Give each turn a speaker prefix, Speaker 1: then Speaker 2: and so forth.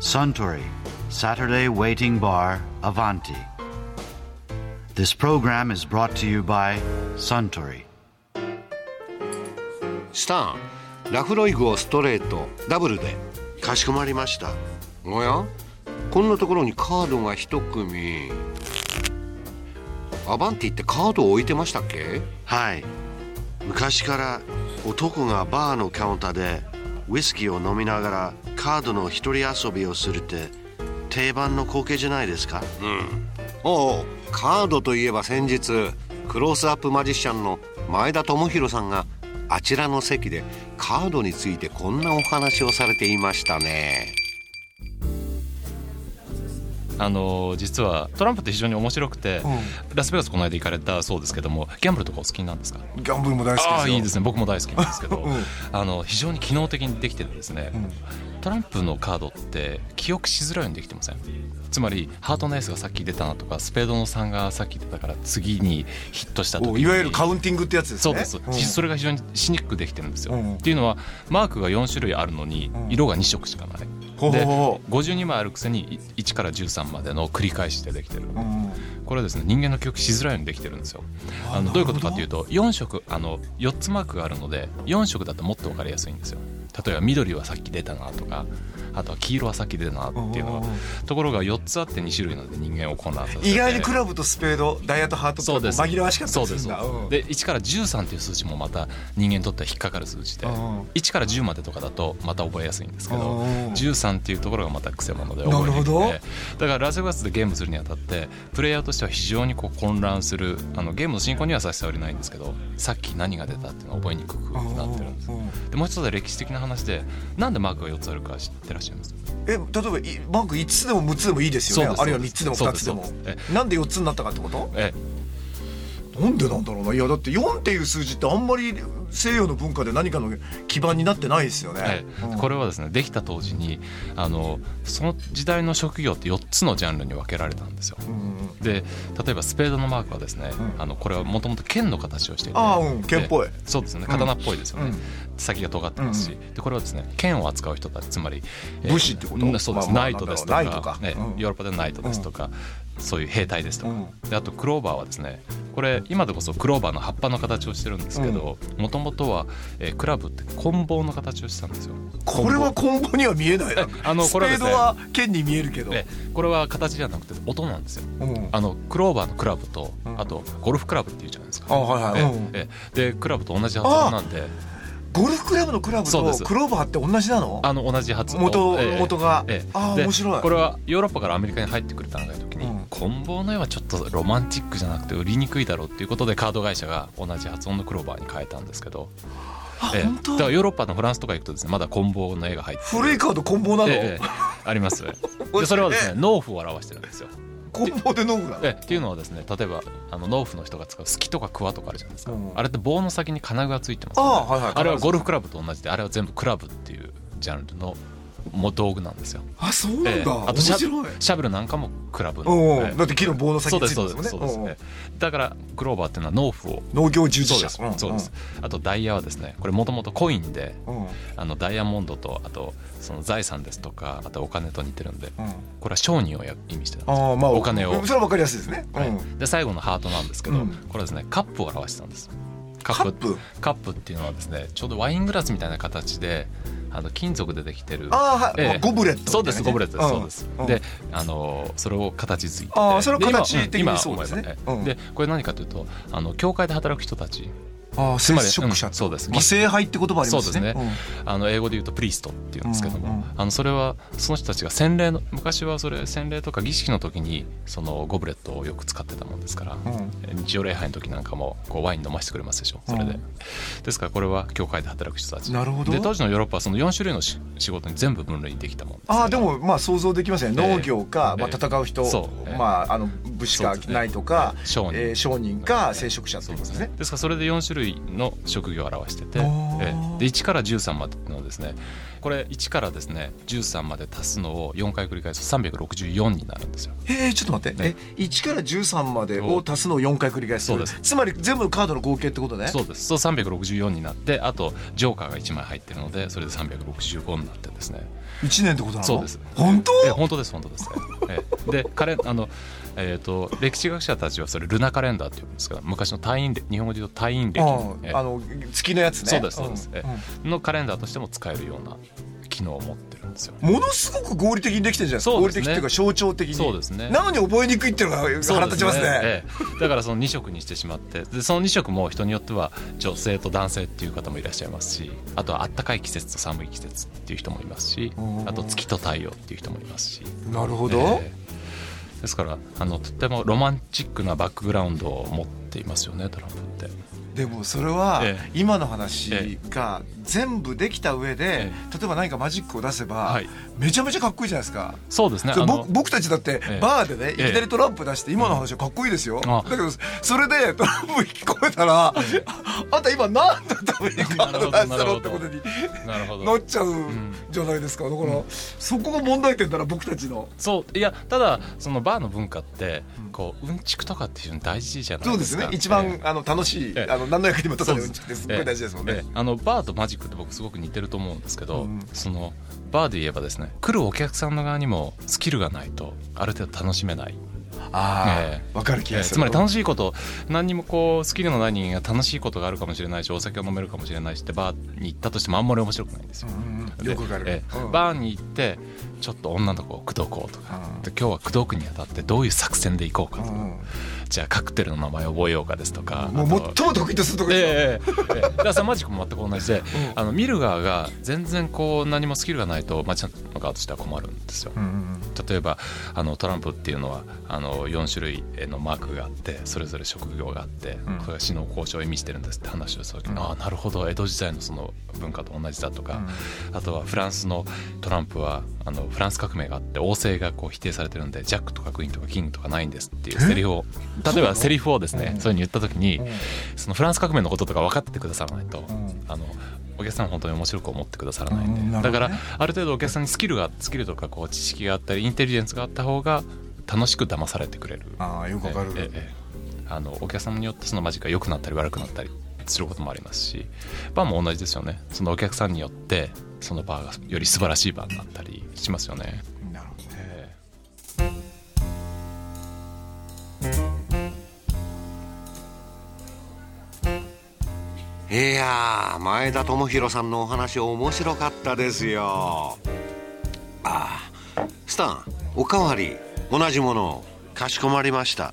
Speaker 1: Suntory, Saturday Waiting Bar, Avanti. This program is brought to you by Suntory.
Speaker 2: スタンラフロイグをストレートダブルで
Speaker 3: かしこまりました
Speaker 2: おやこんなところにカードが一組アバンティってカードを置いてましたっけ
Speaker 3: はい昔から男がバーのカウンターでウイスキーを飲みながらカードの一人遊びをするって定番の光景じゃないですか
Speaker 2: おうおうカードといえば先日クロースアップマジシャンの前田智弘さんがあちらの席でカードについてこんなお話をされていましたね
Speaker 4: あの実はトランプって非常に面白くて、ラスベガスこの間行かれたそうですけどもギャンブルとかお好きなんですか
Speaker 5: ギャンブルも大好きで
Speaker 4: あ
Speaker 5: す
Speaker 4: あ
Speaker 5: よ。
Speaker 4: いいですね僕も大好きなんですけ ど、
Speaker 5: うん
Speaker 4: あの非常に機能的にできててですね、トランプのカードって記憶しづらいようにできてませんつまりハートのエースがさっき出たなとかスペードの3がさっき出たから次にヒットした時
Speaker 5: お
Speaker 4: に
Speaker 5: いわゆるカウンティングってやつですね。
Speaker 4: そうです、
Speaker 5: ん
Speaker 4: それが非常にしにくくできてるんですよ、
Speaker 5: うん
Speaker 4: っていうのはマークが4種類あるのに
Speaker 5: ん
Speaker 4: 色が2色しかない、
Speaker 5: ほう
Speaker 4: で
Speaker 5: ほ
Speaker 4: 52枚あるくせにい1から13までの繰り返しでできてる、
Speaker 5: ううん
Speaker 4: これはですね人間の記憶しづらいようにできてるんですよあのどういうことかというと4色あの4つマークがあるので4色だともっと分かりやすいんですよ例えば緑はさっき出たなとかあとは黄色はさっき出たなっていうの
Speaker 5: うんうんう
Speaker 4: が
Speaker 5: ん
Speaker 4: ところが4つあって2種類なので人間を混乱させて
Speaker 5: 意外にクラブとスペード、ダイヤとハート
Speaker 4: そう
Speaker 5: と
Speaker 4: です
Speaker 5: 紛らわしかった
Speaker 4: そ
Speaker 5: り
Speaker 4: う
Speaker 5: す
Speaker 4: で
Speaker 5: る
Speaker 4: す
Speaker 5: んだ。
Speaker 4: そう
Speaker 5: うん
Speaker 4: ですで1から13っていう数字もまた人間にとっては引っかかる数字で
Speaker 5: うん
Speaker 4: 1から10までとかだとまた覚えやすいんですけど
Speaker 5: うん
Speaker 4: 13っていうところがまた癖なので覚えていて
Speaker 5: なる
Speaker 4: だからラスベガスでゲームするにあたってプレイヤーとしては非常にこう混乱するあのゲームの進行には差し障りないんですけどさっき何が出たっていうのは覚えにくくなってるんです
Speaker 5: うんうん
Speaker 4: でもう一つは歴史的な話でなんでマークが4つあるか知ってらっしゃいます
Speaker 5: え、例えばいマーク一つでも六つでもいいですよ
Speaker 4: そう
Speaker 5: ね
Speaker 4: で。す
Speaker 5: あるいは三つでも
Speaker 4: そう
Speaker 5: 二
Speaker 4: です
Speaker 5: つでも
Speaker 4: そうです。
Speaker 5: なんで四つになったかってこと？
Speaker 4: え
Speaker 5: なんでなんだろうな。いやだって四っていう数字ってあんまり西洋の文化で何かの基盤になってないですよ
Speaker 4: え
Speaker 5: ね。うん
Speaker 4: これはですねできた当時にあのその時代の職業って4つのジャンルに分けられたんですよ
Speaker 5: うん
Speaker 4: で例えばスペードのマークはですね、
Speaker 5: うん
Speaker 4: あのこれはもともと剣の形をしていて
Speaker 5: ああうん
Speaker 4: で
Speaker 5: 剣っぽい
Speaker 4: そうですよね刀っぽいですよね、
Speaker 5: うん
Speaker 4: 先が尖ってますし、でこれはですね剣を扱う人たちつまり、
Speaker 5: 武士ってこと
Speaker 4: うんそうです、
Speaker 5: まあまあ
Speaker 4: ナイトですとか
Speaker 5: なんだろうナイ
Speaker 4: ね
Speaker 5: トかう
Speaker 4: ヨ
Speaker 5: ん
Speaker 4: ーロッパではナイトですとか、そういう兵隊ですとか、
Speaker 5: うん
Speaker 4: であとクローバーはですねこれ今でこそクローバーの葉っぱの形をしてるんですけどもともとは、えークラブって棍棒の形をしてたんですよ
Speaker 5: これは棍棒には見えないな
Speaker 4: え。あの
Speaker 5: スペ
Speaker 4: これはです
Speaker 5: ード
Speaker 4: ね
Speaker 5: は剣に見えるけど。
Speaker 4: でこれは形じゃなくて音なんですよ
Speaker 5: うん
Speaker 4: あのクローバーのクラブと、
Speaker 5: ん
Speaker 4: あとゴルフクラブっていうじゃないですか、
Speaker 5: あはいはいうん
Speaker 4: ええでクラブと同じ発音なんで
Speaker 5: ゴルフクラブのクラブ
Speaker 4: そうで
Speaker 5: と
Speaker 4: す
Speaker 5: クローバーって同じなの？
Speaker 4: あの同じ発音
Speaker 5: 元
Speaker 4: ええ
Speaker 5: 元が
Speaker 4: ええ
Speaker 5: あー
Speaker 4: で
Speaker 5: 面白い
Speaker 4: これはヨーロッパからアメリカに入ってくる段階の時に、
Speaker 5: うん
Speaker 4: 棍棒の絵はちょっとロマンチックじゃなくて売りにくいだろうっていうことでカード会社が同じ発音のクローバーに変えたんですけど、
Speaker 5: あ
Speaker 4: ええ
Speaker 5: 本当
Speaker 4: だからヨーロッパのフランスとか行くとですねまだ棍棒の絵が入って
Speaker 5: 古いカード棍棒なの？
Speaker 4: ええええあり ます
Speaker 5: 白い
Speaker 4: でそれはですね農夫を表してるんですよ
Speaker 5: 棍棒で飲むなの。
Speaker 4: えっていうのはですね例えばあの農夫の人が使うすきとかくわとかあるじゃないですか、
Speaker 5: うん
Speaker 4: あれって棒の先に金具がついてます
Speaker 5: あ
Speaker 4: よね
Speaker 5: あはいはい。
Speaker 4: あれはゴルフクラブと同じであれは全部クラブっていうジャンルのもう道具なんですよ、
Speaker 5: あそうなん
Speaker 4: ええ
Speaker 5: だ。
Speaker 4: あ
Speaker 5: 面
Speaker 4: とシャ
Speaker 5: 白い。
Speaker 4: シャベルなんかもクラブ
Speaker 5: うん
Speaker 4: の、え
Speaker 5: う
Speaker 4: え
Speaker 5: ん、だって木の棒の先
Speaker 4: そう
Speaker 5: に
Speaker 4: で
Speaker 5: つい
Speaker 4: す
Speaker 5: て
Speaker 4: そう
Speaker 5: ます
Speaker 4: ですそうです、
Speaker 5: もんねうんうん
Speaker 4: ええだからクローバーっていうのは農夫を
Speaker 5: 農業従事
Speaker 4: そうで
Speaker 5: 者
Speaker 4: すそうです、あとダイヤはですねこれもともとコインで
Speaker 5: うんうん
Speaker 4: あのダイヤモンドとあとその財産ですとかあとお金と似てるんで
Speaker 5: うん
Speaker 4: これは商人をや意味してたんです
Speaker 5: ああまあ
Speaker 4: お金を
Speaker 5: それは分かりやすいですね、
Speaker 4: はい
Speaker 5: うん、
Speaker 4: で最後のハートなんですけど、
Speaker 5: うん
Speaker 4: これはですねカップを表してたんですカ
Speaker 5: カップ
Speaker 4: カップっていうのはですねちょうどワイングラスみたいな形であの金属でできてる
Speaker 5: ああ、はい
Speaker 4: ええ
Speaker 5: ゴブレットみたいなね、
Speaker 4: そうですゴブレットです、そうです、
Speaker 5: ん
Speaker 4: であのそれを形づいてて
Speaker 5: あーそれを
Speaker 4: で今
Speaker 5: 形的に
Speaker 4: ん今
Speaker 5: そうですね
Speaker 4: 思えば
Speaker 5: うん
Speaker 4: でこれ何かというとあの教会で働く人たち
Speaker 5: ああ
Speaker 4: つまり
Speaker 5: 聖職者
Speaker 4: うんそうです
Speaker 5: まあ、聖杯って言葉あり
Speaker 4: そ
Speaker 5: ま
Speaker 4: うですす
Speaker 5: ね
Speaker 4: ね、あの英語で言うとプリストっていうんですけども、
Speaker 5: うんうん
Speaker 4: あのそれはその人たちが洗礼の昔はそれ洗礼とか儀式の時にそのゴブレットをよく使ってたもんですから、
Speaker 5: ん
Speaker 4: 日曜礼拝の時なんかもこうワイン飲ませてくれますでしょそれで、
Speaker 5: うん
Speaker 4: ですからこれは教会で働く人たち
Speaker 5: なるほど
Speaker 4: で当時のヨーロッパはその4種類のし仕事に全部分類できたもんですから
Speaker 5: ああでもまあ想像できますね、
Speaker 4: ええ
Speaker 5: 農業か、まあ、
Speaker 4: ええ
Speaker 5: 戦う人、
Speaker 4: そうええ
Speaker 5: まああの武士がないとか、
Speaker 4: そうですね
Speaker 5: え
Speaker 4: 商人
Speaker 5: ー商人か聖職者って
Speaker 4: そ
Speaker 5: こ
Speaker 4: う
Speaker 5: と
Speaker 4: で
Speaker 5: ですすね
Speaker 4: ねですからそれで4種類類の職業を表してて、え
Speaker 5: あー
Speaker 4: えで1から13までのですねこれ1からですね13まで足すのを4回繰り返すと364になるんですよ。
Speaker 5: えー、ちょっと待って、
Speaker 4: ね
Speaker 5: え1から13までを足すのを4回繰り返す
Speaker 4: そうです
Speaker 5: つまり全部のカードの合計ってことね
Speaker 4: そうですそう364になってあとジョーカーが1枚入ってるのでそれで365になってですね。
Speaker 5: 1年ってことなの
Speaker 4: そうです
Speaker 5: 本当
Speaker 4: え本当です本当です。ええでカレンあのえっ、と歴史学者たちはそれルナカレンダーって呼ぶんですけど昔の退院で日本語で言うと退院歴、
Speaker 5: うん
Speaker 4: ええ
Speaker 5: あの月のやつね
Speaker 4: そうですそうですえ
Speaker 5: ん
Speaker 4: のカレンダーとしても使えるような機能を持ってるんですよ。
Speaker 5: ものすごく合理的にできてるじゃないですか
Speaker 4: そう
Speaker 5: 合
Speaker 4: で
Speaker 5: 理
Speaker 4: すね
Speaker 5: 的っていうか象徴的に
Speaker 4: そうですね
Speaker 5: なのに覚えにくいっていうのが腹立ちますね
Speaker 4: そうですええだからその2色にしてしまってでその2色も人によっては女性と男性っていう方もいらっしゃいますしあとはあったかい季節と寒い季節っていう人もいますし
Speaker 5: うん
Speaker 4: あと月と太陽っていう人もいますし。
Speaker 5: なるほど、
Speaker 4: ええですからあのとてもロマンチックなバックグラウンドを持っていますよねトランプって。
Speaker 5: でもそれは
Speaker 4: ええ
Speaker 5: 今の
Speaker 4: え
Speaker 5: 話が全部できた上で
Speaker 4: え
Speaker 5: 例えば何かマジックを出せば
Speaker 4: はい
Speaker 5: めちゃめちゃかっこいいじゃないですか。
Speaker 4: そうですね
Speaker 5: それ
Speaker 4: あの
Speaker 5: 僕僕たちだっ
Speaker 4: え
Speaker 5: て
Speaker 4: え
Speaker 5: バーでねいき
Speaker 4: ええ
Speaker 5: なりトランプ出して今の話はかっこいいですよ
Speaker 4: あ
Speaker 5: だけどそれでトランプ聞こえたらあんた今何のためにカード出したのってことに
Speaker 4: なるほど
Speaker 5: なっちゃうじゃないですかだからそこが問題点だな僕たちの
Speaker 4: そういやただそのバーの文化ってこううんちくとかっていうの大事じゃな
Speaker 5: そ
Speaker 4: いうで
Speaker 5: ですす
Speaker 4: か
Speaker 5: ね一
Speaker 4: え
Speaker 5: 番あの楽しい
Speaker 4: ええ
Speaker 5: あの何の役にも立たないうんちくってすっご
Speaker 4: え
Speaker 5: い
Speaker 4: え
Speaker 5: 大事ですもん
Speaker 4: え
Speaker 5: ね
Speaker 4: えあのバーとマジックって僕すごく似てると思うんですけど、
Speaker 5: うん
Speaker 4: そのバーで言えばですね来るお客さんの側にもスキルがないとある程度楽しめない
Speaker 5: あ
Speaker 4: え
Speaker 5: あわかる気
Speaker 4: え
Speaker 5: が
Speaker 4: ー
Speaker 5: する
Speaker 4: つまり楽しいこと何にもこうスキルのない人間が楽しいことがあるかもしれないしお酒を飲めるかもしれないしってバーに行ったとしてもあんまり面白くないんですよ。
Speaker 5: うんうん
Speaker 4: で
Speaker 5: よくわかる
Speaker 4: えー
Speaker 5: うん
Speaker 4: バーに行ってちょっと女の子を口説こうとか、
Speaker 5: うん
Speaker 4: で今日は口説くにあたってどういう作戦で行こうかとか、
Speaker 5: うん
Speaker 4: じゃあカクテルの名前を覚えようかですとか。
Speaker 5: もう
Speaker 4: あと
Speaker 5: 最も得意とするとこですよ、
Speaker 4: ええええええだからそれマジックも全く同じで、あの見る側が全然こう何もスキルがないと街の側としては困るんですよ。例えばあのトランプっていうのはあの4種類のマークがあってそれぞれ職業があってこれが死の交渉を意味してるんですって話をした時に、ああなるほど江戸時代のその文化と同じだとか、あとはフランスのトランプはあのフランス革命があって王政がこう否定されてるんでジャックとかクイーンとかキングとかないんですっていうセリフを例えばセリフをですねそういうふうに言った時にそのフランス革命のこととか分かっててくださらないと。あのお客さんは本当に面白く思ってくださらないんで、
Speaker 5: うんなる
Speaker 4: だ
Speaker 5: ほどね
Speaker 4: からある程度お客さんにスキルがスキルとかこう知識があったりインテリジェンスがあった方が楽しく騙されてくれる
Speaker 5: ああよくわかる、
Speaker 4: ええええあのお客さんによってそのマジックが良くなったり悪くなったりすることもありますしバーも同じですよねそのお客さんによってそのバーがより素晴らしいバーになったりしますよね、
Speaker 5: なるほどね
Speaker 4: え
Speaker 2: いやー前田智博さんのお話面白かったですよああスタンおかわり同じものを
Speaker 3: かしこまりました